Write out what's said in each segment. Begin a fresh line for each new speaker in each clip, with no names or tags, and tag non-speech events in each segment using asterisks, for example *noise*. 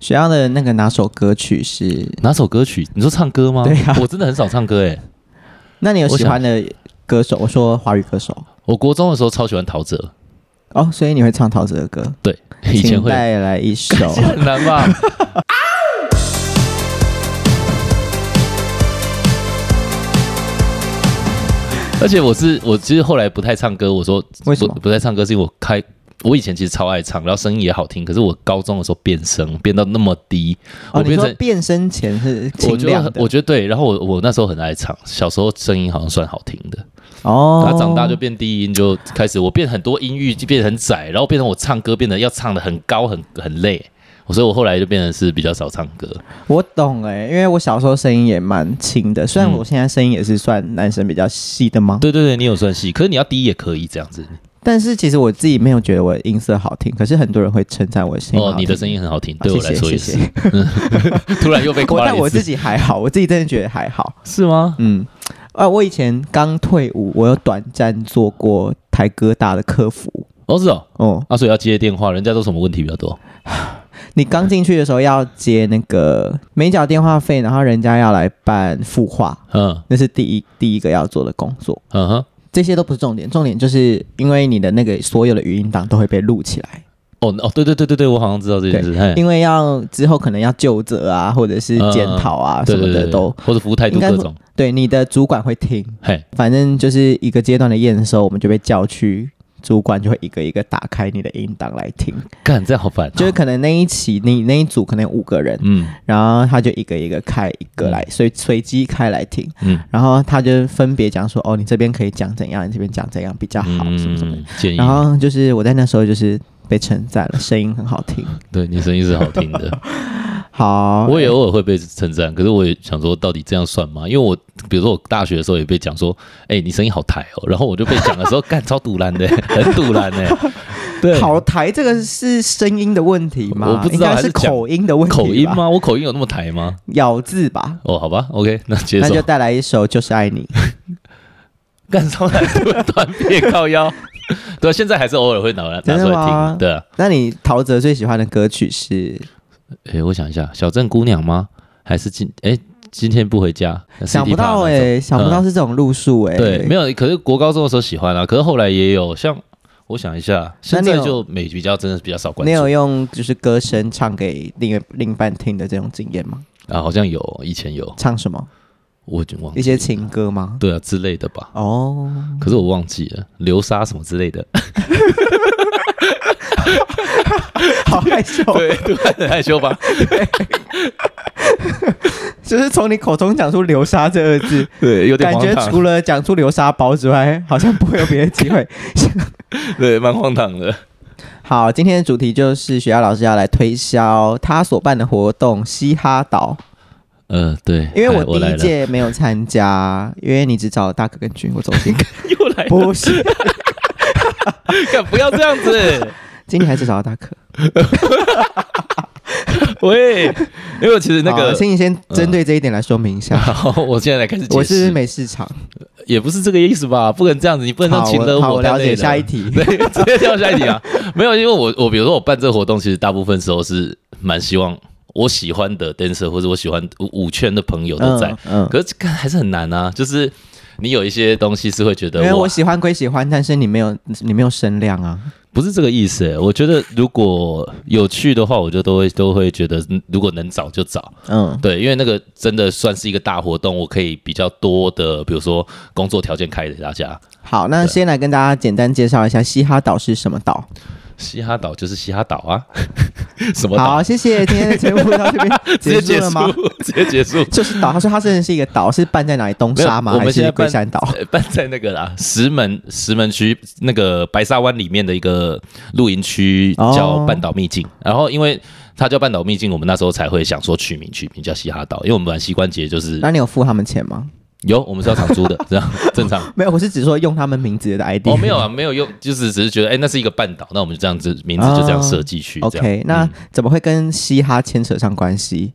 学校的那个哪首歌曲是？
哪首歌曲？你说唱歌吗？
对啊
我真的很少唱歌哎。
那你有
我
喜
想
欢的歌手？我说华语歌手
我国中的时候超喜欢陶喆，
哦，所以你会唱陶喆的歌？
对，以前
请
会
带来一
*laughs*
首
很难吧？
*laughs*
而且我是我其实后来不太唱歌，我说
为什么
不不太唱歌是因为我开我以前其实超爱唱，然后声音也好听，可是我高中的时候变声变到那么低，
哦，
我
你
变
说
成
变声前是
我
清
觉得
亮
很
的，
我觉得对，然后我我那时候很爱唱，小时候声音好像算好听的，
哦，
然后长大就变低音，就开始我变很多音域就变得很窄，然后变成我唱歌变得要唱的很高很很累，所以我后来就变成是比较少唱歌。
我懂哎、因为我小时候声音也蛮轻的，虽然我现在声音也是算男生比较细的嘛，
对对对，你有算戏，可是你要低也可以这样子。
但是其实我自己没有觉得我的音色好听，可是很多人会称赞我的声音好
哦
听。，
你的声音很好听，
好啊
对我来说也
谢谢
是
谢。谢。
突然又被
*laughs* 我
*laughs* 夸
但
了
我
一
自
次，
己还好，我自己真的觉得还好。
是吗？
嗯，啊，我以前刚退伍，我有短暂做过台哥大的客服。
哦是哦，
哦、
啊所以要接电话，人家都什么问题比较多？
你刚进去的时候要接那个没缴电话费，然后人家要来办复话，
嗯
那是第一第一个要做的工作。
嗯哼，
这些都不是重点，重点就是因为你的那个所有的语音档都会被录起来，
哦哦对对对对对，我好像知道这件事，嘿
因为要之后可能要就责啊，或者是检讨啊、
对
什么
嗯对
的
对，
都，
或者服务态度
应该
各
会
种，
对你的主管会听，
嘿，
反正就是一个阶段的验收，我们就被叫去。主管就会一个一个打开你的音档来听，
干这样好烦哦，
就是可能那一期你那一组可能有五个人，
嗯
然后他就一个一个开一个来，所以随机开来听，
嗯
然后他就分别讲说，哦，你这边可以讲怎样，你这边讲怎样比较 *laughs* 好，什么什么的。
嗯，建议
然，后就是我在那时候就是被称赞了，声音很好听。
对你声音是好听
*laughs*
的，
好，
我也偶尔会被称赞，可是我也想说，到底这样算吗？因为我比如说我大学的时候也被讲说，哎、你声音好抬哦，然后我就被讲的时候，干超堵烂的， *laughs* 很堵烂的，对，
好台这个是声音的问题吗？
我不知道
应该
还
是
是讲
口音的问题，
口音？吗？我口音有那么抬吗？
咬字吧。
哦，好吧，OK，那接
那
受
就。带来一首《就是爱你》，
*laughs* 干超难度的断片靠腰，对，啊现在还是偶尔会拿来拿
真的
出来
吗
听，对啊。
那你陶喆最喜欢的歌曲是
哎、我想一下，小镇姑娘吗？还是今哎、今天不回家？
想不到哎、
哎、
想不到是这种路数哎、
对，没有。可是国高中的时候喜欢啊，可是后来也有像，我想一下，
那
现
你有
在就美比较真的是比较少关
你有
注
用就是歌声唱给另一另一半听的这种经验吗？
啊，好像有以前有，
唱什么？
我已经忘
一
记
些情歌吗？
对啊之类的吧， *laughs*
哦，
可是我忘记了流沙什么之
*laughs*
类的，
好害羞，
对，突然很害
*laughs*
羞吧？
就是从你口中讲出“流沙”这二字，
对， *laughs* 有点
感
荒
觉
唐，
除了讲出流沙包之外，好像不会有别的机
*laughs*
会。
对，蛮荒唐的。
好，今天的主题就是学校老师要来推销他所办的活动——嘻哈岛。
呃，对，
因为
哎
我
我
第
来
一
了，
届没有参加，因为你只找了大哥跟君，我走
*laughs*
心。
又来了，
不是，
干不要这样
*laughs*
子。
今天还是找到大哥。
喂，因为其实那
好
个，嗯
请你先针对这一点来说明一下。
*laughs* 好，我现在来开始解释，
我是不是没市场，
也不是这个意思吧？不能这样子，你不能
好，
让情
我
勒
好，我
太
了
累
解
了
下一题。
*laughs* 对，直接跳下一题啊！ *laughs* 没有，因为我我比如说我办这个活动，其实大部分时候是蛮希望我喜欢的 dancer 或者我喜欢舞舞圈的朋友都在，
嗯，
可是看还是很难啊。就是你有一些东西是会觉
因
得
为
我
我喜欢归喜欢，但是你没有，你没有声量啊。
不是这个意思欸、我觉得如果有趣的话，我就都会都会觉得，嗯如果能找就找。
嗯，
对，因为那个真的算是一个大活动，我可以比较多的，比如说工作条件开给大家。
好，那先来跟大家简单介绍一下嘻哈岛是什么岛。
嘻哈岛就是嘻哈岛啊， *laughs* 什么岛？
好，谢谢今天的节目到这边
*laughs* 直
结
接结
束了
束
吗？，
*laughs* 直接结束。
就是岛，他说他真的是一个岛，是办在哪里？东沙吗？
没有我
还
们现
是
在
龟山岛？
呃办在那个啦，石门石门区那个白沙湾里面的一个露营区
哦
叫半岛秘境，然后因为它叫半岛秘境，我们那时候才会想说取名取名叫嘻哈岛，因为我们玩膝关节就是
那你有付他们钱吗？
有我们是要长
*laughs*
租的，这样正常。
没有，我是只说用他们名字的 ID。
哦，没有啊，没有用，就是只是觉得，哎、那是一个半岛，那我们就这样子名字就这样设计去。
哦
这样
OK，那怎么会跟嘻哈牵扯上关系？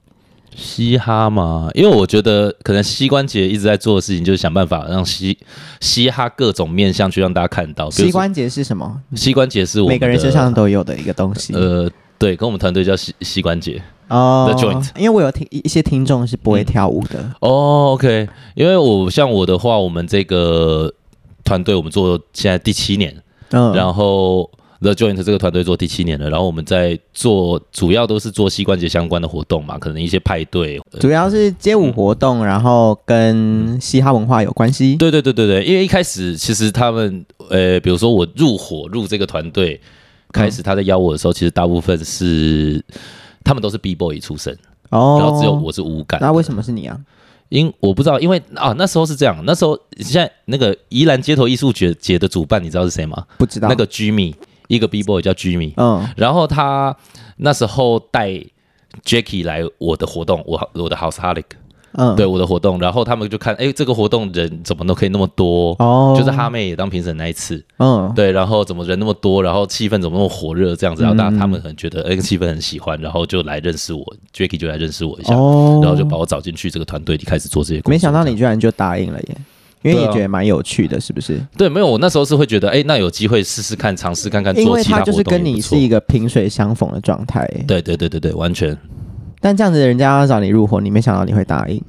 嘻哈嘛，因为我觉得可能膝关节一直在做的事情，就是想办法让嘻嘻哈各种面向去让大家看到。比
膝
如说
关节是什么？
膝关节是我们
每个人
的呃
身上都有的一个东西。
呃，对，跟我们团队叫膝膝关节，
哦
The Joint
因为我有听一一些听众是不会跳舞的，
哦、o k 因为我像我的话，我们这个团队我们做现在第七年，
嗯，
然后 The Joint 这个团队做第七年了，然后我们在做主要都是做膝关节相关的活动嘛，可能一些派对。呃嗯
主要是街舞活动，然后跟嘻哈文化有关系，
对对对对对，因为一开始其实他们，呃，比如说我入伙入这个团队，开
嗯
始他在邀我的时候，其实大部分是他们都是 B boy 出身，
哦，
然后只有，我是无感。
那为什么是你啊？
因我不知道，因为啊那时候是这样，那时候现在那个宜兰街头艺术节节的主办，你知道是谁吗？
不知道
那，个 Jimmy，一个 B boy 叫 Jimmy，
嗯
然后他那时候带 Jacky 来我的活动，我我的 House Holic，、
嗯，
对，我的活动，然后他们就看，哎，这个活动人怎么都可以那么多。
哦，
就是，哈妹也当评审那一次，
嗯，
对，然后怎么人那么多，然后气氛怎么那么火热这样子，然后大家他们可能觉得哎、气氛很喜欢，然后就来认识我，Jacky 就来认识我一下，
哦，
然后就把我找进去这个团队里开始做这些工作。
没想到你居然就答应了耶，因为
对
你
啊
觉得蛮有趣的，是不是？
对，没有，我那时候是会觉得，哎，那有机会试试看，尝试看看
因
做
为
其他
他
活
就
动
是
也不错。
跟你是一个萍水相逢的状态耶，
对对对对对，完全，
但这样子人家要找你入伙，你没想到你会答应，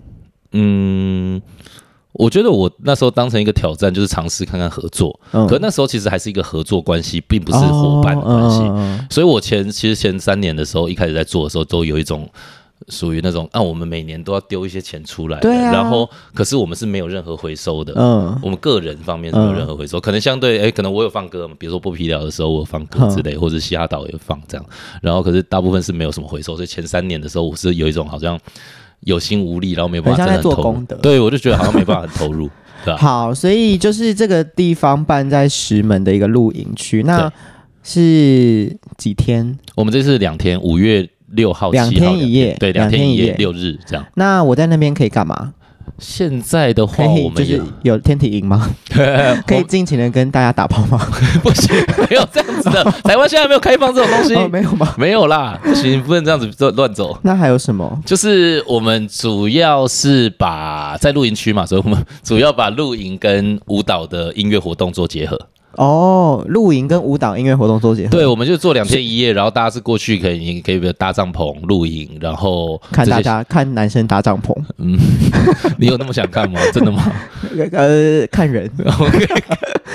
嗯，我觉得我那时候当成一个挑战，就是尝试看看合作。
嗯，
可那时候其实还是一个合作关系，并不
不
是伙伴的关系。
系，
所以我前其实前三年的时候，一开始在做的时候，都有一种属于那种，啊，我们每年都要丢一些钱出来的，
对啊
然后可是我们是没有任何回收的。
嗯
我们个人方面是没有任何回收，可能相对哎、可能我有放歌嘛，比如说剥皮寮的时候我有放歌
嗯
之类，或者西雅岛有放这样，然后可是大部分是没有什么回收，所以前三年的时候我是有一种好像有心无力，然后没有办法
很像在
真的很
做
投入
功德
对啊我就觉得好像没办法很
*laughs*
投入，对吧、
好，所以就是这个地方办在石门的一个露营区，那
对
是几天？
我们这次两天，五月六号、七
两
号
天一夜
对，
两
两
天
天
一
一
夜
夜六日这样。
那我在那边可以干嘛？
现在的
可
话，我
以
们
就
也 *laughs*
是有天体营吗？可以尽情的跟大家打炮吗？
不行，没有这样
*laughs*
子的，台湾现在没有开放这种东西，
哦，没有吗？
没有啦，不行，不能这样子乱乱走。
那还有什么？
就是我们主要是把在露营区嘛，所以我们主要把露营跟舞蹈的音乐活动做结合。
哦，露营跟舞蹈音乐活动做结合。
对，我们就做两天一夜，然后大家是过去可以你可以搭帐篷露营，然后
看
这
大
些
家看男生搭帐篷，
你有那么想看吗？真的吗
*laughs* 呃，看
*laughs*
人
？OK，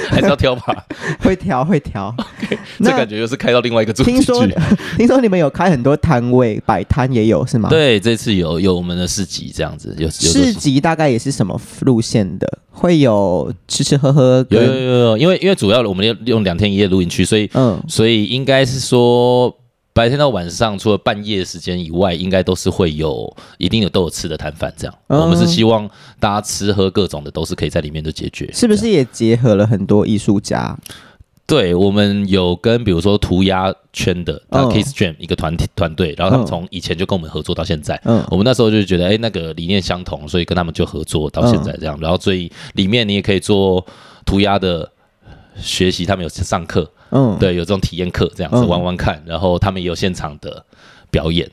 还是要挑吧。
会调会调。
这感觉又是开到另外一个主题
听说
去。
*laughs* 听说你们有开很多摊位，摆摊也有是吗？，
对，这次有有我们的市集这样子，有有
市集大概也是什么路线的？会有吃吃喝喝
有
跟
有有有，因为因为主要我们要用两天一夜露营区，所以
嗯
所以应该是说白天到晚上，除了半夜时间以外，应该都是会有一定有都有吃的摊贩这样。
嗯
我们是希望大家吃喝各种的都是可以在里面就解决，
是不
这样？
是也结合了很多艺术家？
对，我们有跟比如说涂鸦圈的，
嗯
呃 Kiss Jam 一个团体团队，然后他们
嗯
从以前就跟我们合作到现在。
嗯
我们那时候就觉得，哎、那个理念相同，所以跟他们就合作到现在
嗯
这样。然后，所以里面你也可以做涂鸦的学习，他们有上课，
嗯，，
对，有这种体验课这样子
嗯
玩玩看，然后他们也有现场的表演。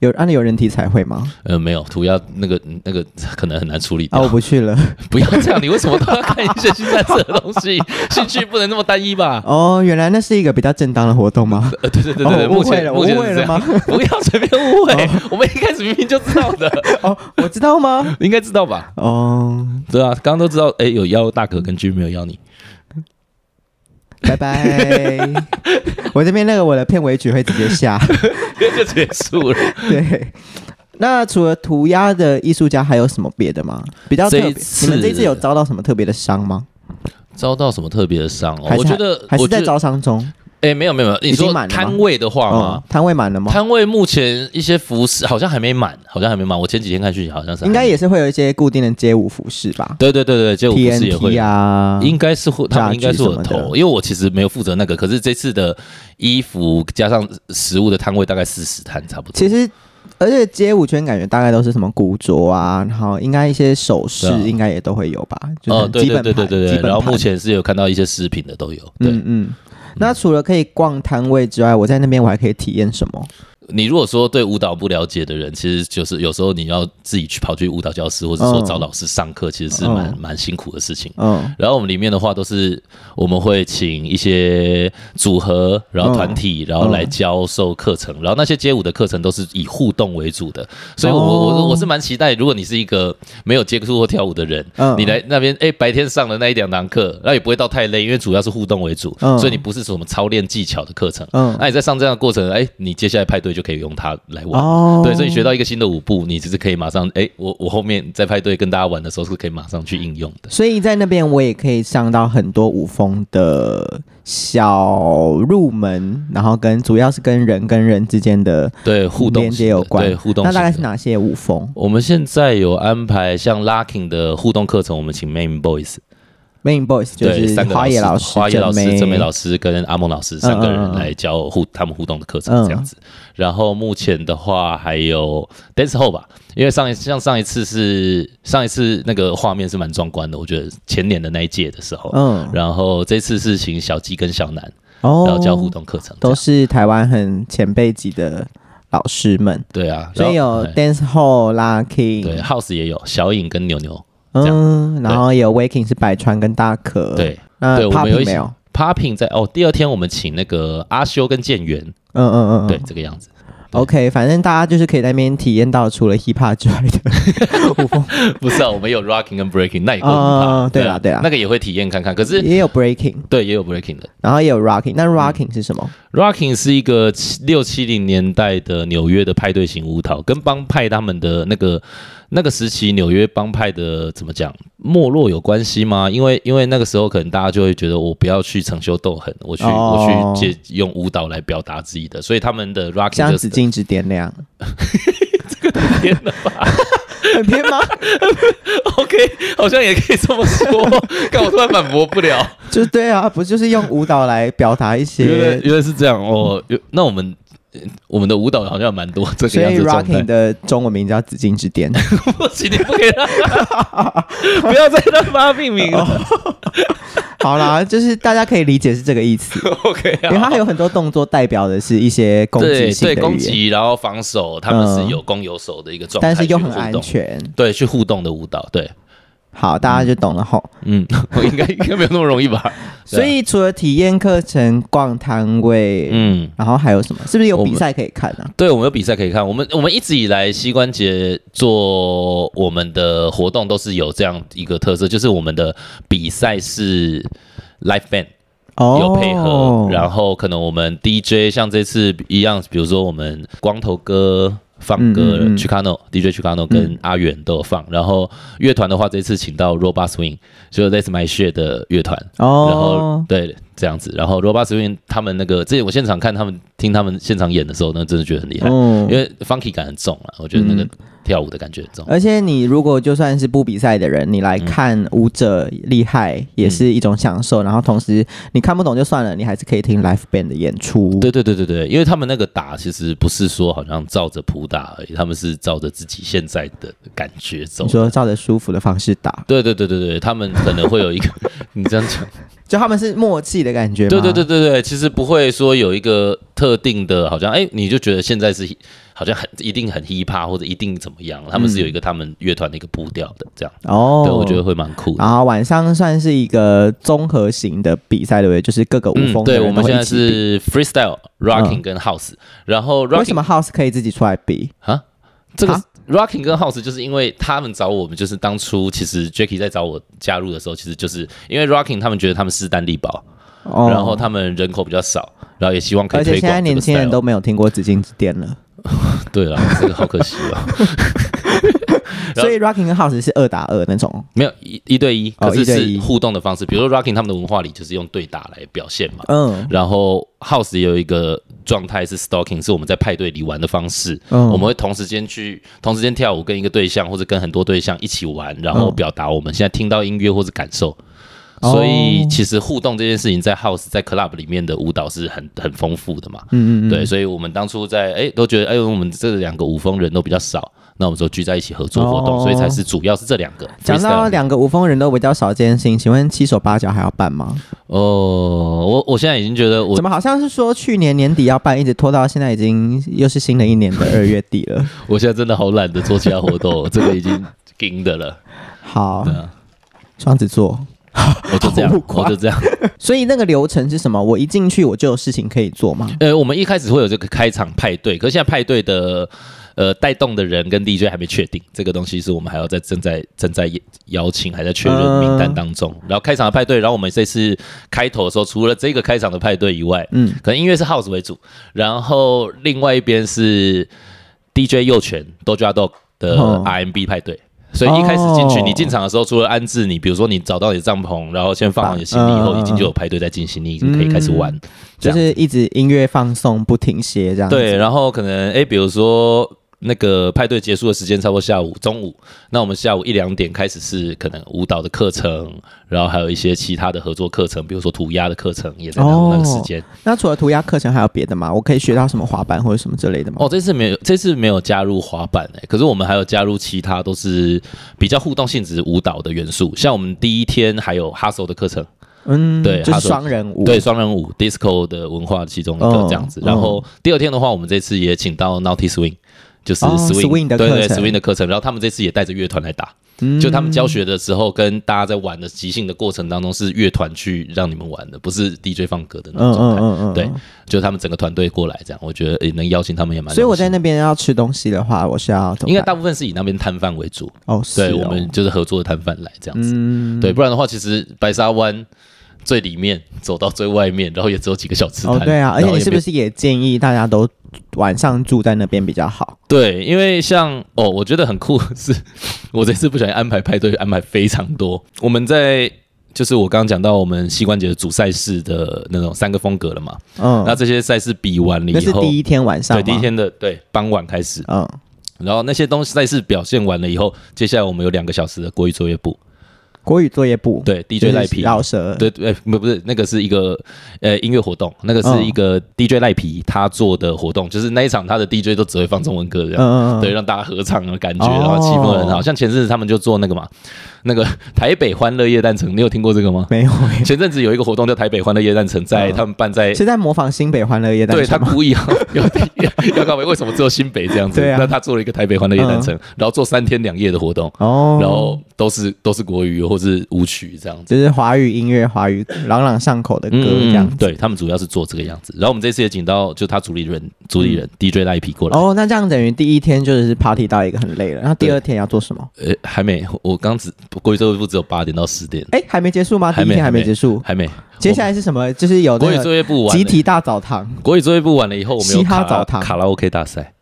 有按理有人体彩绘吗？
呃，没有涂鸦那个那个可能很难处理
啊，
掉。
我不去了。
不要这样，你为什么都要看一些新三色的东西？兴趣不能那么单一吧？
哦，原来那是一个比较正当的活动吗？
呃，对对对
哦
对，
我误
目
会了，
前
我
目
误
前
会
是
了
这样。
吗？
不要随便误会，我们一开始明明就知道的，
哦，我知道吗？
应该知道吧？
哦，
对啊，刚刚都知道。哎，有邀大可跟君没有邀你，
拜拜。我这边那个我的片尾曲会直接下。
*laughs* 就结束了。
*laughs* 对。那除了涂鸦的艺术家，还有什么别的吗？比较特别，
这一次
你们这一次有遭到什么特别的伤吗？
遭到什么特别的伤哦
还？是
我觉得，
还是
我觉
在
得，
招商中？
哎，没有没有没有，你
已经
说
满了吗
摊位的话吗
哦？，摊位满了吗？
摊位目前一些服饰好像还没满，好像还没满。我前几天看讯息好像是还
应
没
该也是会有一些固定的街舞服饰吧
对对对对，街舞服饰也会
，TNT 啊，
应该是会，他
炸
们
鸡
应该是我
什么
投，因为我其实没有负责那个，可是这次的衣服加上食物的摊位大概四十摊差不多。
其实。而且街舞圈感觉大概都是什么古着啊，然后应该一些首饰
对啊
应该也都会有吧，就是
哦，
很
对
基
对
本
对
盘
对对
基本
对，
盘嗯
然后目前是有看到一些饰品的都有，对，嗯
嗯嗯。那除了可以逛摊位之外，我在那边我还可以体验什么？
你如果说对舞蹈不了解的人，其实就是有时候你要自己去跑去舞蹈教室，或者说
嗯
找老师上课，其实是蛮
嗯
蛮辛苦的事情。
嗯
然后我们里面的话都是我们会请一些组合，然后团体，然后来教授课程，然后那些街舞的课程都是以互动为主的，所以我、
哦
我我是蛮期待，如果你是一个没有接触过跳舞的人，
嗯
你来那边哎白天上的那一两堂课，那也不会到太累，因为主要是互动为主，
嗯
所以你不是什么操练技巧的课程，
嗯
那你在上这样的过程，哎，你接下来派对就可以用它来玩。
哦
对，所以你学到一个新的舞步，你只是可以马上，哎，我我后面在派对跟大家玩的时候是可以马上去应用的。
所以在那边我也可以上到很多舞风的小入门，然后跟主要是跟人跟人之间的
对互动
连
型
接
的
有关。
对互动
那
型的。
大概是哪些舞风
我们现在有安排像 locking 的互动课程，我们请 Main Boys，
？Main Boys 就
对，
是
三个
花野
老
老
师、花野老师、
郑
郑梅老师跟阿梦老师三个人来教互他们互动的课程
嗯
这样子。然后目前的话还有 Dance Hall 吧，因为上一像上一次是上一次那个画面是蛮壮观的，我觉得前年的那一届的时候。
嗯，
然后这次是请小鸡跟小南，
哦，
然后教互动课程这
都
样，
是台湾很前辈级的老师们，
对啊，然
所
后
以有
哎
dance hall、
对
locking，
House 也有小影跟牛牛，这
嗯，然后有 waking 是百川跟大可，，
对，
那
对我们有
popping
一起
没有？
Popping 在哦，第二天我们请那个阿修跟建元，
嗯嗯嗯，嗯
对，这个样子。 *laughs*
OK，反正大家就是可以在那边体验到除了 hip hop 之外的舞风，
不是啊，我们有 Rocking 跟 Breaking，那也够怕。啊
哦对啦对啦
那个也会体验看看。可是嗯
也有 breaking，
对，也有 Breaking 的。
然后也有 rocking。那 rocking 是什么？
Rocking 是一个七六七零年代的纽约的派对型舞蹈，跟帮派他们的那个那个时期纽约帮派的怎么讲没落有关系吗？因为因为那个时候可能大家就会觉得我不要去逞凶斗狠，我去、
哦
我去借用舞蹈来表达自己的，所以他们的 Rocking
将
就
紫
是
禁之点亮，
*laughs* 天哪
很偏吗？
*laughs* OK，好像也可以这么说。但我突然反驳不了。
*laughs* 就对啊，不就是用舞蹈来表达一
原来
些？
原来是这样哦。原那我们呃我们的舞蹈好像蛮多这个
所
样
以
子的状
rocking
态。
的中文名叫紫禁之
*laughs*
巅。
不行，你不可以让，
*laughs*
不要再乱发命名
哦
了。
好啦，就是大家可以理解是这个意
*laughs*
思，
OK
因为它
啊。
有很多动作代表的是一些攻击
对
性
对，
的
攻
语言，
击然后防守，他们
嗯
是有攻有守的一个状态，
但是又很
去互
安
动。
全。
对，去互动的舞蹈，对，
好，大家就懂了吼。 *laughs*
嗯，我应该应该没有那么容易吧？对
所
啊
以除了体验课程、逛摊位，
嗯，
然后还有什么？是不是有
我们
比赛可以看啊？
对，我们有比赛可以看。我们我们一直以来膝关节做我们的活动都是有这样一个特色，就是我们的比赛是 live band
哦
有配合，然后可能我们 DJ 像这次一样，比如说我们光头哥。放歌
嗯嗯嗯嗯
Chicano DJ Chicano 跟阿远都有放，然后乐团的话，这次请到 Robot Swing，就是 Let's My Share 的乐团，然后
哦，
对这样子，然后 Robot Swing 他们那个，这我现场看他们听他们现场演的时候，那真的觉得很厉害。
嗯
因为 funky 感很重啊，我觉得那个
嗯
跳舞的感觉很重。
而且你如果就算是不比赛的人，你来看舞者厉害也是一种享
嗯
受，然后同时你看不懂就算了，你还是可以听 l i f e band 的演出。
对对对对对，因为他们那个打其实不是说好像照着谱打而已，他们是照着自己现在的感觉走
你。说照着舒服的方式打，
对对对对对，他们可能会有
*laughs*
一个，你这样讲，
就他们是默契的感觉吗。
对对对对对，其实不会说有一个特定的，好像哎，你就觉得现在是好像很一定很 hip hop 或者一定怎么样，他们是有一个他们乐团的一个步调的这样，
嗯哦，啊
对我觉得。会蛮酷的。
然后晚上算是一个综合型的比赛，对不对？就是各个舞风的
嗯对，
人
我
都
们
会
现在
一起比
是 freestyle、rocking
嗯
跟 house，然后 rocking
为什么 House 可以自己出来比？
啊，这个
啊
Rocking 跟 House 就是因为他们找我们，就是当初其实 Jacky 在找我加入的时候，其实就是因为 Rocking 他们觉得他们势单力薄，
哦
然后他们人口比较少，然后也希望可
而
以
且
推
现在
广这
年
个
轻人
style。
都没有听过《紫禁之巅》了，
对了，
*laughs*
这个好可惜哦，然后
所以 Rocking 跟 House 是二打二那种。
没有一一对一，
哦
可是
一对一
是互动的方式，比如说 Rocking 他们的文化里就是用对打来表现嘛。
嗯，
然后 House 也有一个状态是 stalking，是我们在派对里玩的方式。
嗯
我们会同时间去同时间跳舞，跟一个对象或者跟很多对象一起玩，然后表达我们现在听到音乐或者感受。
哦
所以其实互动这件事情在 house 在 club 里面的舞蹈是很很丰富的嘛。
嗯嗯嗯，
对，所以我们当初在哎都觉得哎我们这两个舞风人都比较少，那我们就聚在一起合作活动，
哦
所以才是主要是这两个。
讲到
freestyle
两个无风人都比较少这件事情，请问七手八脚还要办吗？
哦，我我现在已经觉得我
怎么好像是说去年年底要办，一直拖到现在已经又是新的一年的二月底
*laughs*
了。
我现在真的好懒得做其他活
*laughs*
动哦，这个已经盯的了。
好
对，啊，
双子座，
我
好
就这
浮
样，
夸
我就这样。
所以那个流程是什么？我一进去我就有事情可以做吗？
呃，我们一开始会有这个开场派对，可是现在派对的呃带动的人跟 DJ 还没确定，这个东西是我们还要在正在正在邀请，还在确认名
嗯
单当中。然后开场的派对，然后我们这次开头的时候，除了这个开场的派对以外，
嗯
嗯，可能音乐是 House 为主，然后另外一边是 DJ 右拳 Doja Dog 的
哦
RMB 派对。所以一开始进去，
哦
你进场的时候，除了安置你，比如说你找到你的帐篷，然后先放好你的行李以后，已经就有派对在进行，你已经可以开始玩。
嗯
这
就
样
是一直音乐放送不停歇这样子。
对，然后可能诶，比如说那个派对结束的时间差不多下午中午，那我们下午一两点开始是可能舞蹈的课程，然后还有一些其他的合作课程，比如说涂鸦的课程也在那
哦
那个时间。
那除了涂鸦课程还有别的吗？我可以学到什么滑板或者什么之类的吗？
哦，这次没有，这次没有加入滑板诶、可是我们还有加入其他都是比较互动性质舞蹈的元素，像我们第一天还有 hustle 的课程，
嗯，
对
就
他
是
说
双人舞。
对，双人舞 disco 的文化其中一
哦
个这样子。然后第二天的话，我们这次也请到 Naughty Swing。就是
哦
swing,、
swing 的
对
课
对
程
swing 的课程，然后他们这次也带着乐团来打，
嗯
就他们教学的时候跟大家在玩的即兴的过程当中，是乐团去让你们玩的，不是 DJ 放歌的
嗯
那种
嗯
状态。
嗯嗯，
对，就他们整个团队过来这样，我觉得诶能邀请他们也蛮荣幸。
所以我在那边要吃东西的话，我是要怎么办
应该大部分是以那边摊贩为主，
哦，是
对
哦
我们就是合作的摊贩来这样子。
嗯
对，不然的话，其实白沙湾最里面走到最外面，然后也只有几个小吃摊。
哦，对啊，而
然
且
后
你
也
是不
没有
是也建议大家都晚上住在那边比较好？
对，因为像哦，我觉得很酷的是， *laughs* 我这次不小心安排派对，安排非常多。我们在就是我刚刚讲到我们膝关节的主赛事的那种三个风格了嘛，
嗯，
那这些赛事比完了
那
以
是
后，
第一天晚上吗，
对第一天的对傍晚开始，
嗯，
然后那些东西赛事表现完了以后，接下来我们有两个小时的国语作业部，
国语作业部，
对 DJ
就是
赖皮。啊
绕舌，
对对，不不是那个是一个呃音乐活动，那个是一
嗯
个 DJ 赖皮他做的活动，就是那一场他的 DJ 都只会放中文歌这样。
嗯，嗯嗯，
对，让大家合唱的感觉，
哦
然后气氛很好。像前阵子他们就做那个嘛，那个台北欢乐夜诞城，你有听过这个吗？
没有，
*laughs* 前阵子有一个活动叫台北欢乐夜诞城，在
嗯
他们办在。
是在模仿新北欢乐夜，
对他
吗？
故意要要要告白，为什么只有新北这样子？
对啊嗯
那他做了一个台北欢乐夜诞城，然后做三天两夜的活动，
*laughs* 哦，
然后都是都是国语或是舞曲这样子。
就是华语音乐，华语朗朗上口的歌这样子。
嗯对他们主要是做这个样子。然后我们这次也请到就他主理人主理人 DJ 赖皮过来，
哦，那这样等于第一天就是 party 到一个很累了，然后第
对
二天要做什么？
呃，还没，我刚只国语周部只有八点到十点，
哎，还没结束吗？第
还
一
没
天还没结束，
还没。
接下来是什么？就是有
国
那
语作
个
业部完了
集体大澡堂，
国语作业部完了以后，我们有
嘻哈
卡
澡堂
卡拉 OK 大赛，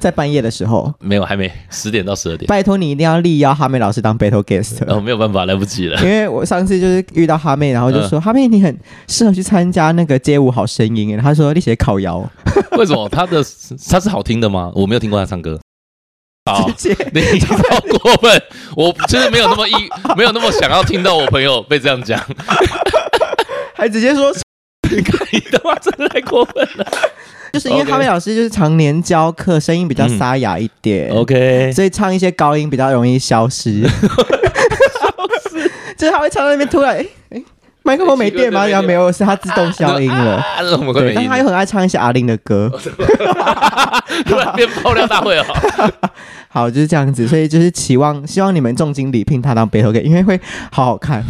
在半夜的时候，
没有，还没十点到十二点，哦
拜托你一定要力邀哈妹老师当 battle guest
然。后没有办法，来不及了。 *laughs*
因为我上次就是遇到哈妹，然后就说、哈妹你很适合去参加那个街舞好声音耶，然后她说你写烤窑，
为什么他的他是好听的吗？我没有听过他唱 *laughs* 歌。好， *laughs*
直接
你好过分，我就是没有那么意，没有那么想要听到我朋友被这样讲。
还直接说，
*laughs* 你他妈真的太过分了。
就是因为
OK
哈妹老师就是常年教课，声音比较沙哑一点、
OK，
所以唱一些高音比较容易消失。就是她会唱到那边突然，哎、哎麦克风没电吗？
哎奇怪
然后没有，是她自动消音了。
啊， *laughs* 那我们快
对，
点
但她又很爱唱一些阿玲的歌。
*laughs* 突然变爆料大会 *laughs* 哦。
好，就是这样子，所以就是期望，希望你们重金礼聘他当背后给，因为会好好看。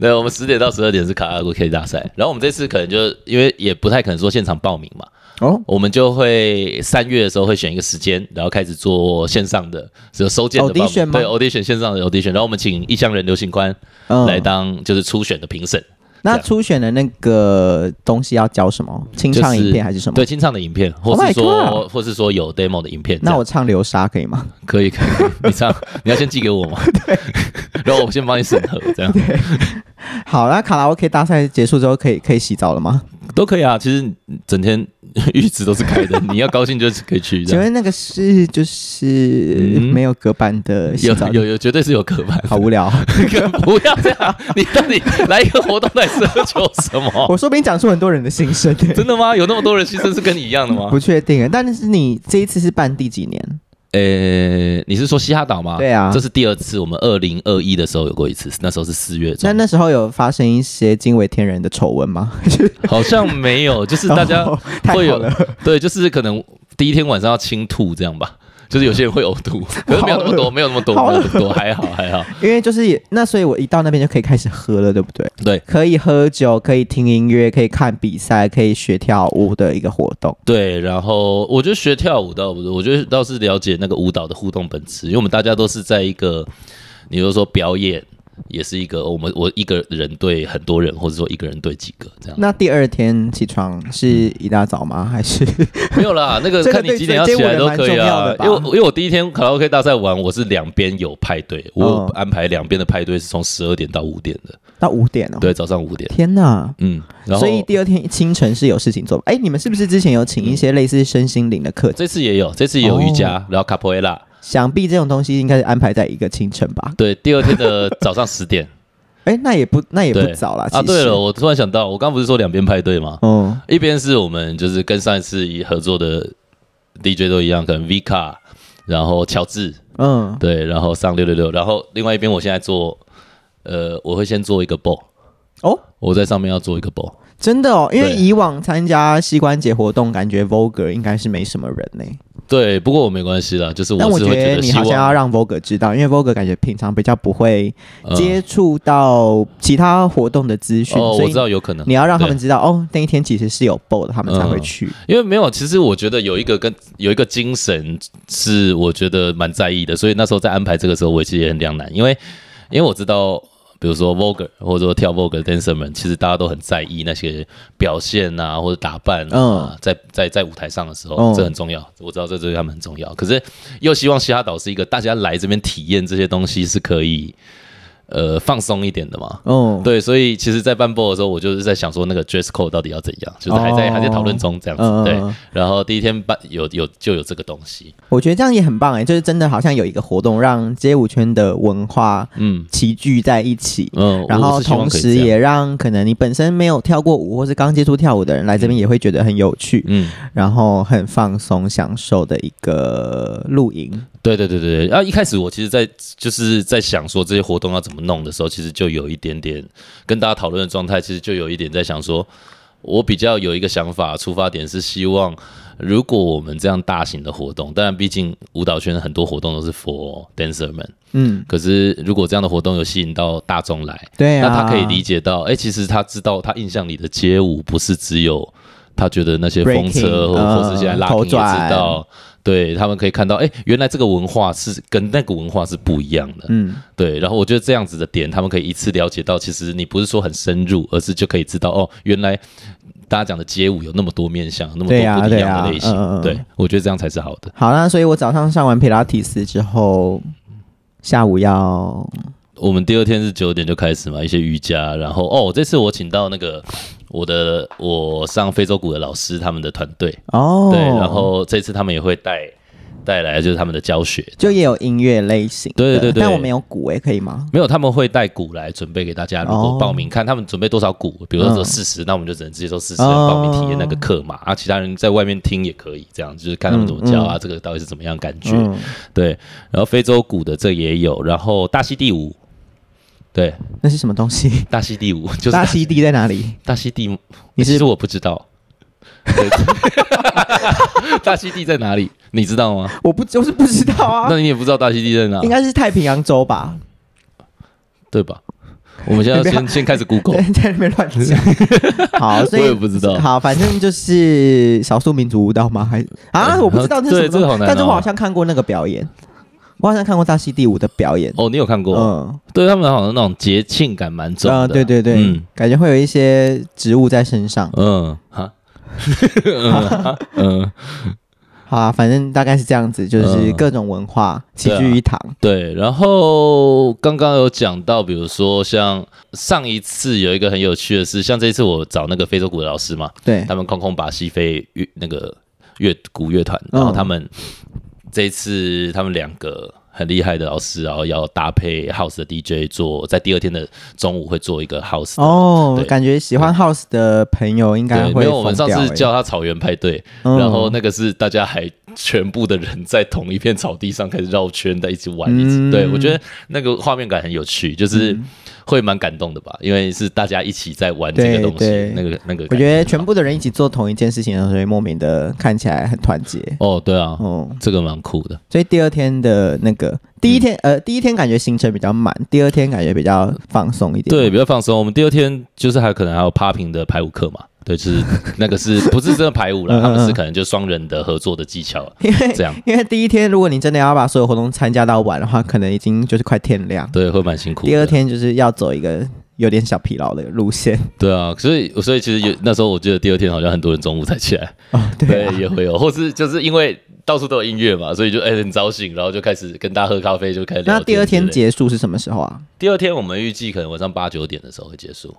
对，我们十点到十二点是卡拉 OK 大赛，然后我们这次可能就因为也不太可能说现场报名嘛，
哦，
我们就会三月的时候会选一个时间，然后开始做线上的，就收件的
Audition 吗
报名对，audition 线上的 audition，然后我们请异乡人刘信宽
嗯
来当就是初选的评审，
那
这样
初选的那个东西要教什么？清
就是
唱影片还是什么？
对，清唱的影片，
Oh
或
my
是说、
God
或是说有 demo 的影片，
那
这样
我唱流沙可以吗？
可以可以，可以你唱，你要先寄给我
*laughs*
吗？对， *laughs* 然后我先帮你审核，这样
好，那卡拉 OK 大赛结束之后可以可以洗澡了吗？
都可以啊。其实整天 *laughs* 浴池都是开
*laughs*
的，你要高兴就是可以去。这
请
样
问那个是就是
嗯
没有隔板的洗澡
有？有有，绝对是有可办。
好无聊。啊
*laughs* 不要这样， *laughs* 你到底来一个活动来奢求什么？
*laughs* 我说不定讲出很多人的心
*laughs*
声、欸，
真的吗？有那么多人牺牲是跟你一样的吗
不？确定欸。但是你这一次是办第几年？
呃，你是说西哈岛吗？
对啊
这是第二次，我们二零二一的时候有过一次，那时候是四月
那
中，
那时候有发生一些惊为天人的丑闻吗？
*laughs* 好像没有，就是
*laughs*
大家
哦太
会
好
有
了，
对，就是可能第一天晚上要清吐这样吧。就是有些人会呕
*laughs*
吐，可是没有那么多，没有那么多，
好
没
恶
有那么多，还好还好。
因为就是也那，所以我一到那边就可以开始喝了，对不对？
对
可以喝酒，可以听音乐，可以看比赛，可以学跳舞的一个活动。
对，然后我觉得学跳舞倒不是，我觉得倒是了解那个舞蹈的互动本质，因为我们大家都是在一个，你就说表演，也是一个我们我一个人对很多人，或者说一个人对几个这样。
那第二天起床是一大早吗？还
*laughs*
是
没
*laughs*
有啦，那个
这个
看你
对
几点要起来都可
这
以
个我也蛮重要
啊
的。吧
因为我因为我第一天卡拉 OK 大赛完，我是两边有派对，我有
嗯
安排两边的派对是从十二点到五点的，
到五点哦？，
对，早上五点。
天哪！
嗯，然后
所以第二天清晨是有事情做吗。哎，你们是不是之前有请一些类似身心灵的课程？
这次也有，这次也有瑜伽，
哦
然后卡普埃拉。
想必这种东西应该是安排在一个清晨吧？
对，第二天的早上十点
哎，那也不那也不
对
早啦。
啊。
其实
对了，，我突然想到，我刚不是说两边派对吗？
嗯，
一边是我们就是跟上一次合作的 DJ 都一样，可能 Vika，然后乔治，
嗯，
对，然后上六六六，然后另外一边我现在做，呃，我会先做一个 ball，
哦，
我在上面要做一个 ball，
真的哦，因为
对
以往参加膝关节活动，感觉 Vogue 应该是没什么人呢、
对，不过我没关系啦，就是
但我
我是
觉
会觉
得
得
你
希
好像要
望
让 Vogue 知道，因为 Vogue 感觉平常比较不会
嗯
接触到其他活动的资讯，
哦，
所
我
以
知道有可能
你要让他们知道哦，那一天其实是有 BO 的，他们才
嗯
会去。
因为没有，其实我觉得有一个跟有一个精神是我觉得蛮在意的，所以那时候在安排这个时候，我其实也很两难，因为因为我知道，比如说 Vogue 或者说跳 Vogue 的 dancer 们，其实大家都很在意那些表现啊或者打扮啊，在在在舞台上的时候，
嗯
这很重要，我知道这对他们很重要，可是又希望嘻哈岛是一个大家来这边体验这些东西是可以呃放松一点的嘛，
哦，
对，所以其实，在办 ball 的时候，我就是在想说，那个 dress code 到底要怎样，就是还在、
哦
还在讨论中这样子。
嗯嗯
对
嗯，
然后第一天办有有就有这个东西，
我觉得这样也很棒哎、就是真的好像有一个活动让街舞圈的文化
嗯
齐聚在一起。
嗯，
然
我
后
我是希望
同
可以
时
这样
也让可能你本身没有跳过舞，或是刚接触跳舞的人来这边也会觉得很有趣。
嗯，
然后很放松享受的一个露营。
对对对对对。然后一开始我其实在就是在想说这些活动要怎么弄的时候，其实就有一点点跟大家讨论的状态，其实就有一点在想说，我比较有一个想法，出发点是希望。如果我们这样大型的活动，当然，毕竟舞蹈圈很多活动都是 for dancer 们。
嗯，
可是，如果这样的活动有吸引到大众来，
对啊，
那他可以理解到，哎、其实他知道他印象里的街舞不是只有他觉得那些风
Breaking，
车或、
嗯
或是现在拉
头
丁也知
转
道，对他们可以看到，哎、原来这个文化是跟那个文化是不一样的，
嗯，
对。然后我觉得这样子的点，他们可以一次了解到，其实你不是说很深入，而是就可以知道，哦，原来大家讲的街舞有那么多面向，那么多
对啊
不一
对
样
啊
的类型，
嗯嗯嗯
我觉得这样才是好的。
好啦，所以我早上上完皮拉提斯之后，下午要
我们第二天是九点就开始嘛，一些瑜伽，然后哦，这次我请到那个我的我上非洲鼓的老师他们的团队，
哦，
对，然后这次他们也会带带来就是他们的教学，
就也有音乐类型的，
对对对
但我没有鼓诶、可以吗？
没有他们会带鼓来准备给大家，如
哦
果报名、看他们准备多少鼓，比如
嗯哦
说只有四十、那我们就只能接受四十人报名体验那个课嘛，啊，其他人在外面听也可以，这样就是看他们怎么教啊，这个到底是怎么样感觉，
嗯，
对，然后非洲鼓的这也有，然后大溪地舞，对，
那是什么东西？
大溪地舞就是
大溪地在哪里？
大溪地，
你是
其实我不知道。对 *laughs* 大溪地在哪里？你知道吗？
我不，就是不知道啊，
那你也不知道大溪地在哪
应，该是太平洋洲吧？
对吧？我们现在
你
要
不要
先先开始 Google
对，在那边乱
*laughs*
讲。好，所以
我也不知道
好，反正就是少数民族舞蹈吗？还啊，
嗯
我不知道这是什么
对这
东西
个好难哦
但是我好像看过那个表演，我好像看过大溪地舞的表演。
哦。你有看过？
嗯，
对他们好像那种节庆感蛮重
啊，
的。
对对对，
嗯
感觉会有一些植物在身上。
嗯，哈，嗯哈嗯，
好啊，反正大概是这样子，就是
嗯
各种文化齐
对啊
聚一堂。
对，然后刚刚有讲到，比如说像上一次有一个很有趣的事，像这一次我找那个非洲鼓的老师嘛，
对
他们空空把西非乐那个乐鼓乐团，
嗯
然后他们、这一次他们两个很厉害的老师，然后要搭配 house 的 DJ 做，在第二天的中午会做一个 house 的
哦
对，
感觉喜欢 House 的朋友应该
对，
会
没有，我们
疯
上
掉欸
次叫他草原派对，
嗯
然后那个是大家还全部的人在同一片草地上开始绕圈在一起玩，
嗯
一起对我觉得那个画面感很有趣，就是会蛮感动的吧，因为是大家一起在玩这个东
对对
西，那个那个感很好，
我觉得全部的人一起做同一件事情的时候，所以莫名的看起来很团结。
哦，对啊，
哦、
这个蛮酷的，
所以第二天的那个第一天、
嗯
呃，第一天感觉行程比较满，第二天感觉比较放松一点。
对，比较放松。我们第二天就是还可能还有 popping 的排舞课嘛。对，就是那个是不是真的排
*laughs*
舞
嗯嗯
啦？
嗯
他们是可能就双人的合作的技
*laughs*
巧
因为
这样，
因为第一天如果你真的要把所有活动参加到晚的话，可能已经就是快天亮。
对，会蛮辛苦的。
第二天就是要走一个有点小疲劳的路线。
对啊，所以所以其实有那时候我记得第二天好像很多人中午才起
*laughs*
来，
哦，对啊、
也会有，或是就是因为到处都有音乐嘛，所以就哎、很早醒，然后就开始跟大家喝咖啡，就开始聊
那第二天
之类
结
的，
束是什么时候啊？
第二天我们预计可能晚上八九点的时候会结束。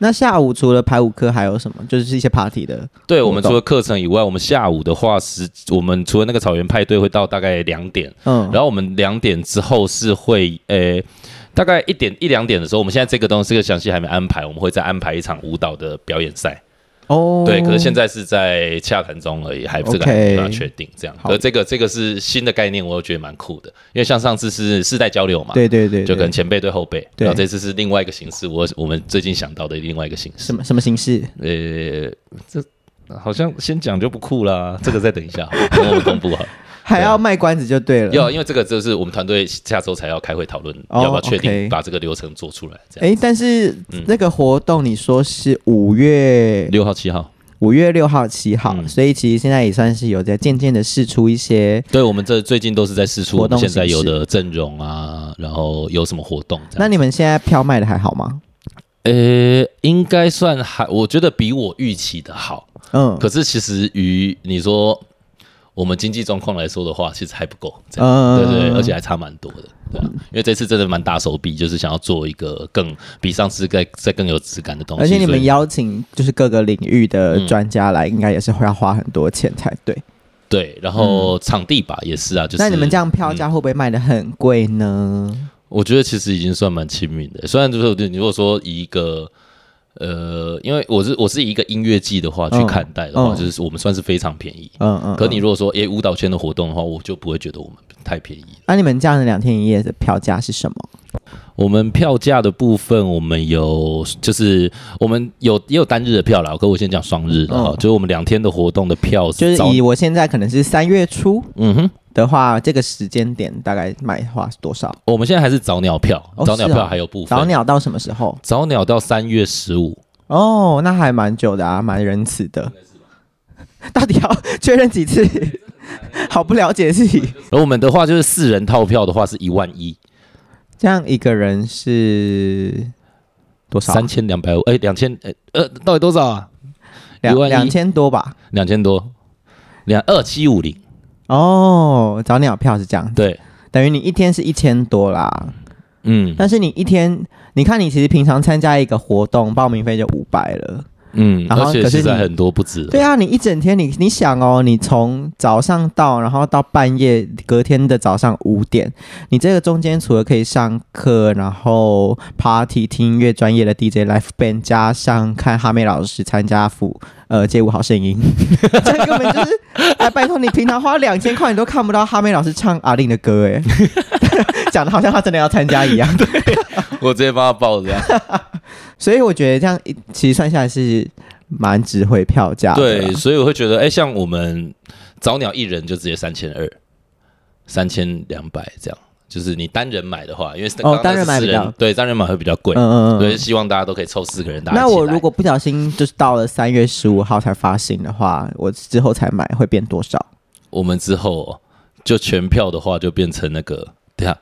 那下午除了排舞课还有什么？就是一些 party 的
对
活动
我们除了课程以外，我们下午的话是，我们除了那个草原派对会到大概两点，
嗯，
然后我们两点之后是会，诶、大概一点一两点的时候，我们现在这个东西这个详细还没安排，我们会再安排一场舞蹈的表演赛。
哦，
对，可是现在是在洽谈中而已，还这
OK
个还没办法确定。这样，
好
可是这个这个是新的概念，我觉得蛮酷的，因为像上次是世代交流嘛，
对对对对
就可能前辈对后辈，
对
然后这次是另外一个形式，我我们最近想到的另外一个形式
什，么什么形式？
呃，这。好像先讲就不酷啦，这个再等一下好了，等我们公布好了。
还要卖关子就对了。
要，因为这个就是我们团队下周才要开会讨论，
哦
要不要确
OK
定把这个流程做出来。这样，
哎，但是那个活动你说是五月
嗯六号、七号，
五月六号、七号，
嗯
所以其实现在也算是有在渐渐的试出一些。
对我们这最近都是在试出
活
我们
动
现在
形
有
式
的阵容啊，然后有什么活动这样。
那你们现在票卖的还好吗？
呃，应该算还，我觉得比我预期的好。
嗯
可是其实于你说我们经济状况来说的话，其实还不够，这样、
嗯
对对，而且还差蛮多的，对啊。因为这次真的蛮大手笔，就是想要做一个更比上次再再更有质感的东西。
而且你们
要
邀请就是各个领域的
嗯
专家来，应该也是会要花很多钱才对。
对，然后场地吧也是啊，就
嗯
是
那你们这样票价会不会卖的很贵呢？
我觉得其实已经算蛮亲民的，虽然就是你如果说以一个呃，因为我是我是以一个音乐季的话去
嗯
看待的话，
嗯
就是我们算是非常便宜。
嗯嗯。
可你如果说诶舞蹈圈的活动的话，我就不会觉得我们太便宜了。
那、你们这样的两天一夜的票价是什么？
我们票价的部分，我们有就是我们有也有单日的票啦，可我先讲双日的哈，
嗯
就是我们两天的活动的票
就是是
早
以我现在可能是三月初
嗯哼，
的话，这个时间点大概卖的话是多少？
我们现在还是早鸟票，
哦
早鸟
是
票
哦
还有部分
早鸟到什么时候？
早鸟到三月十五，
哦，那还蛮久的啊，蛮仁慈的。 *laughs* 到底要确认几次？ *laughs* 好不了解自己。
而我们的话就是四人套票的话是一万一
这样一个人是多少啊？
三千两百五，哎，两千哎呃，到底多少啊？
两
一万一
两千多吧。
两千多，两二七五零，
哦，早鸟票是这样，
对，
等于你一天是一千多啦。
嗯
但是你一天，你看你其实平常参加一个活动，报名费就五百了。
嗯，
然后
而且
可是
现在
你
很多不止了
对啊，你一整天你，你想哦，你从早上到，然后到半夜，隔天的早上五点，你这个中间除了可以上课，然后 party 听音乐专业的 DJ l i f e band，加上看哈妹老师参加辅呃街舞好声音，这根本就是哎，拜托你平常花两千块，你都看不到哈妹老师唱阿令的歌哎， *laughs* 讲的好像他真的要参加一样。啊
我直接帮他报这样。
*laughs* 所以我觉得这样一其实算下来是蛮值回票价的啦。
对，所以我会觉得，哎、像我们早鸟一人就直接三千二、三千两百这样，就是你单人买的话，因为刚刚
哦单人
那是
买
四
比较
对单人买会比较贵，
嗯嗯嗯
所以希望大家都可以凑四个人，大家
那
一起
我
来
如果不小心就是到了三月十五号才发行的话，我之后才买会变多少？
我们之后就全票的话，就变成那个，等一下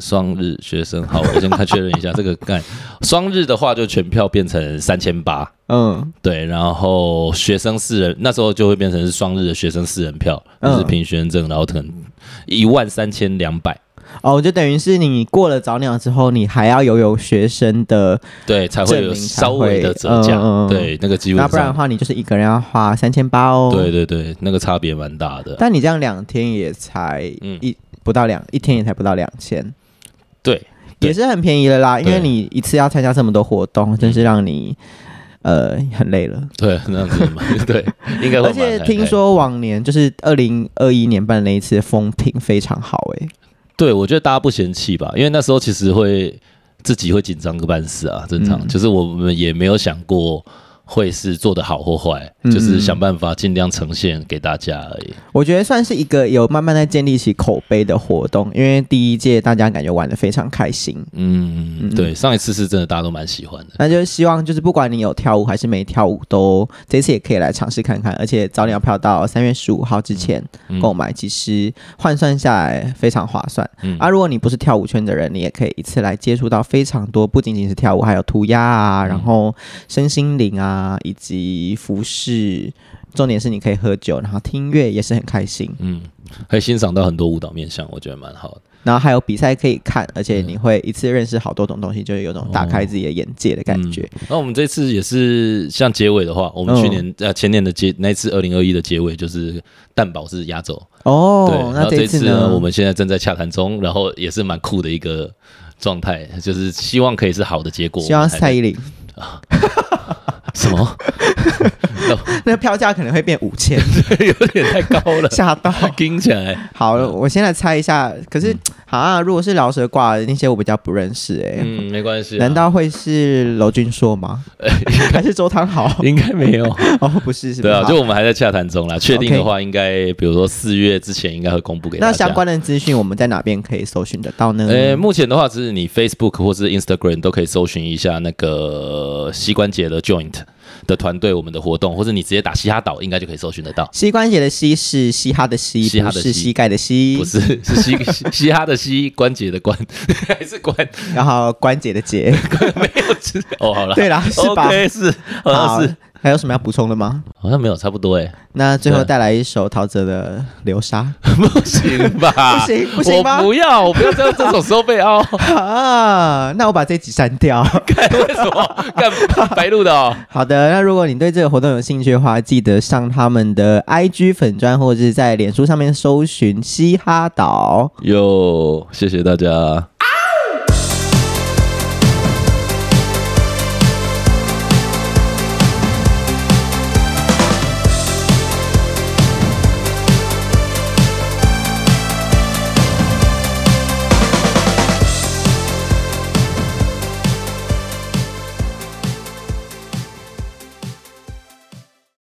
双日学生，好，我先看确认一
*laughs*
下这个概。双日的话，就全票变成三千八，
嗯
对，然后学生四人那时候就会变成是双日的学生四人票，就
嗯
是凭学生证，然后可能一万三千两百，
哦，就等于是你过了早鸟之后，你还要有有学生的，
对，才会
证
有
明才
稍微的折价，
会嗯嗯嗯
对，那个基本
那
上，
不然的话，你就是一个人要花三千八哦。
对对对，那个差别蛮大的。
但你这样两天也才
嗯
一、不到两，一天也才不到两千，
对，对
也是很便宜了啦。因为
对
你一次要参加这么多活动，真是让你呃很累了。
对，那样子嘛，对，应该会蛮 *laughs*
而且
嗨
听
嗨
说往年就是二零二一年办的那一次风评非常好欸诶、
对，我觉得大家不嫌弃吧，因为那时候其实会自己会紧张个半死啊，正常。
嗯
就是我们也没有想过会是做得好或坏，
嗯
就是想办法尽量呈现给大家而已。
我觉得算是一个有慢慢在建立起口碑的活动，因为第一届大家感觉玩的非常开心。
嗯，对，上一次是真的大家都蛮喜欢的。
那就希望就是不管你有跳舞还是没跳舞都，这次也可以来尝试看看。而且早鸟票到三月十五号之前
嗯
购买，其实换算下来非常划算。
嗯
啊，如果你不是跳舞圈的人，你也可以一次来接触到非常多，不仅仅是跳舞，还有涂鸦啊，
嗯
然后身心灵啊，以及服饰。重点是你可以喝酒，然后听音乐也是很开心，
嗯，可以欣赏到很多舞蹈面相，我觉得蛮好的。
然后还有比赛可以看，而且你会一次认识好多种东西，就是有种打开自己的眼界的感觉。
嗯那我们这次也是像结尾的话，我们
嗯
去年、呃前年的结那一次二零二一的结尾就是蛋堡是压轴，对，
哦，
然
那
后这
次
次
呢？
我们现在正在洽谈中，然后也是蛮酷的一个状态，就是希望可以是好的结果。
希望
我们
蔡
才
依林
*laughs* 什么 *laughs*
那票价可能会变五千，，
有点太高
*laughs*
了
吓到。
听起来，
好，我先来猜一下。可
嗯
是好像如果是饶舌挂的那些，我比较不认识哎、
嗯，没关系啊、
难道会是娄俊硕
*laughs*
吗？还是周汤豪？
应该没
*laughs*
有？
哦，不是，是不
对
是
啊，
好
就我们还在洽谈中啦。确定的话，应该比如说四月之前应该会公布给大
那
家。
相关的资讯我们在哪边可以搜寻得到呢？
啊呃，目前的话，只是你 Facebook 或是 Instagram 都可以搜寻一下那个膝关节的 Joint 的团队，我们的活动，或者你直接打嘻哈岛，应该就可以搜寻得到。
膝关节的膝是嘻哈的膝，
嘻哈
不
的
是
嘻
膝盖的膝 *laughs*
不，是，是嘻嘻嘻哈的嘻，关节的关， *laughs* 还是关？
然后关节的节。
没有是哦，好了，
对
*laughs*
啦，是吧？
OK，是，好像是，
还有什么要补充的吗？
好像没有，差不多哎， *laughs*
那最后
对
带来一首陶喆的《流沙》。
*laughs* 不行吧？
不行不行吗
我不要，我不要这样，这种时候被凹，
啊，那我把这集删掉。
*laughs*
*laughs*
干为什么干白鹿的哦？
好的，那如果你对这个活动有兴趣的话，记得上他们的 IG 粉砖或者是在脸书上面搜寻嘻哈岛。
哟，谢谢大家。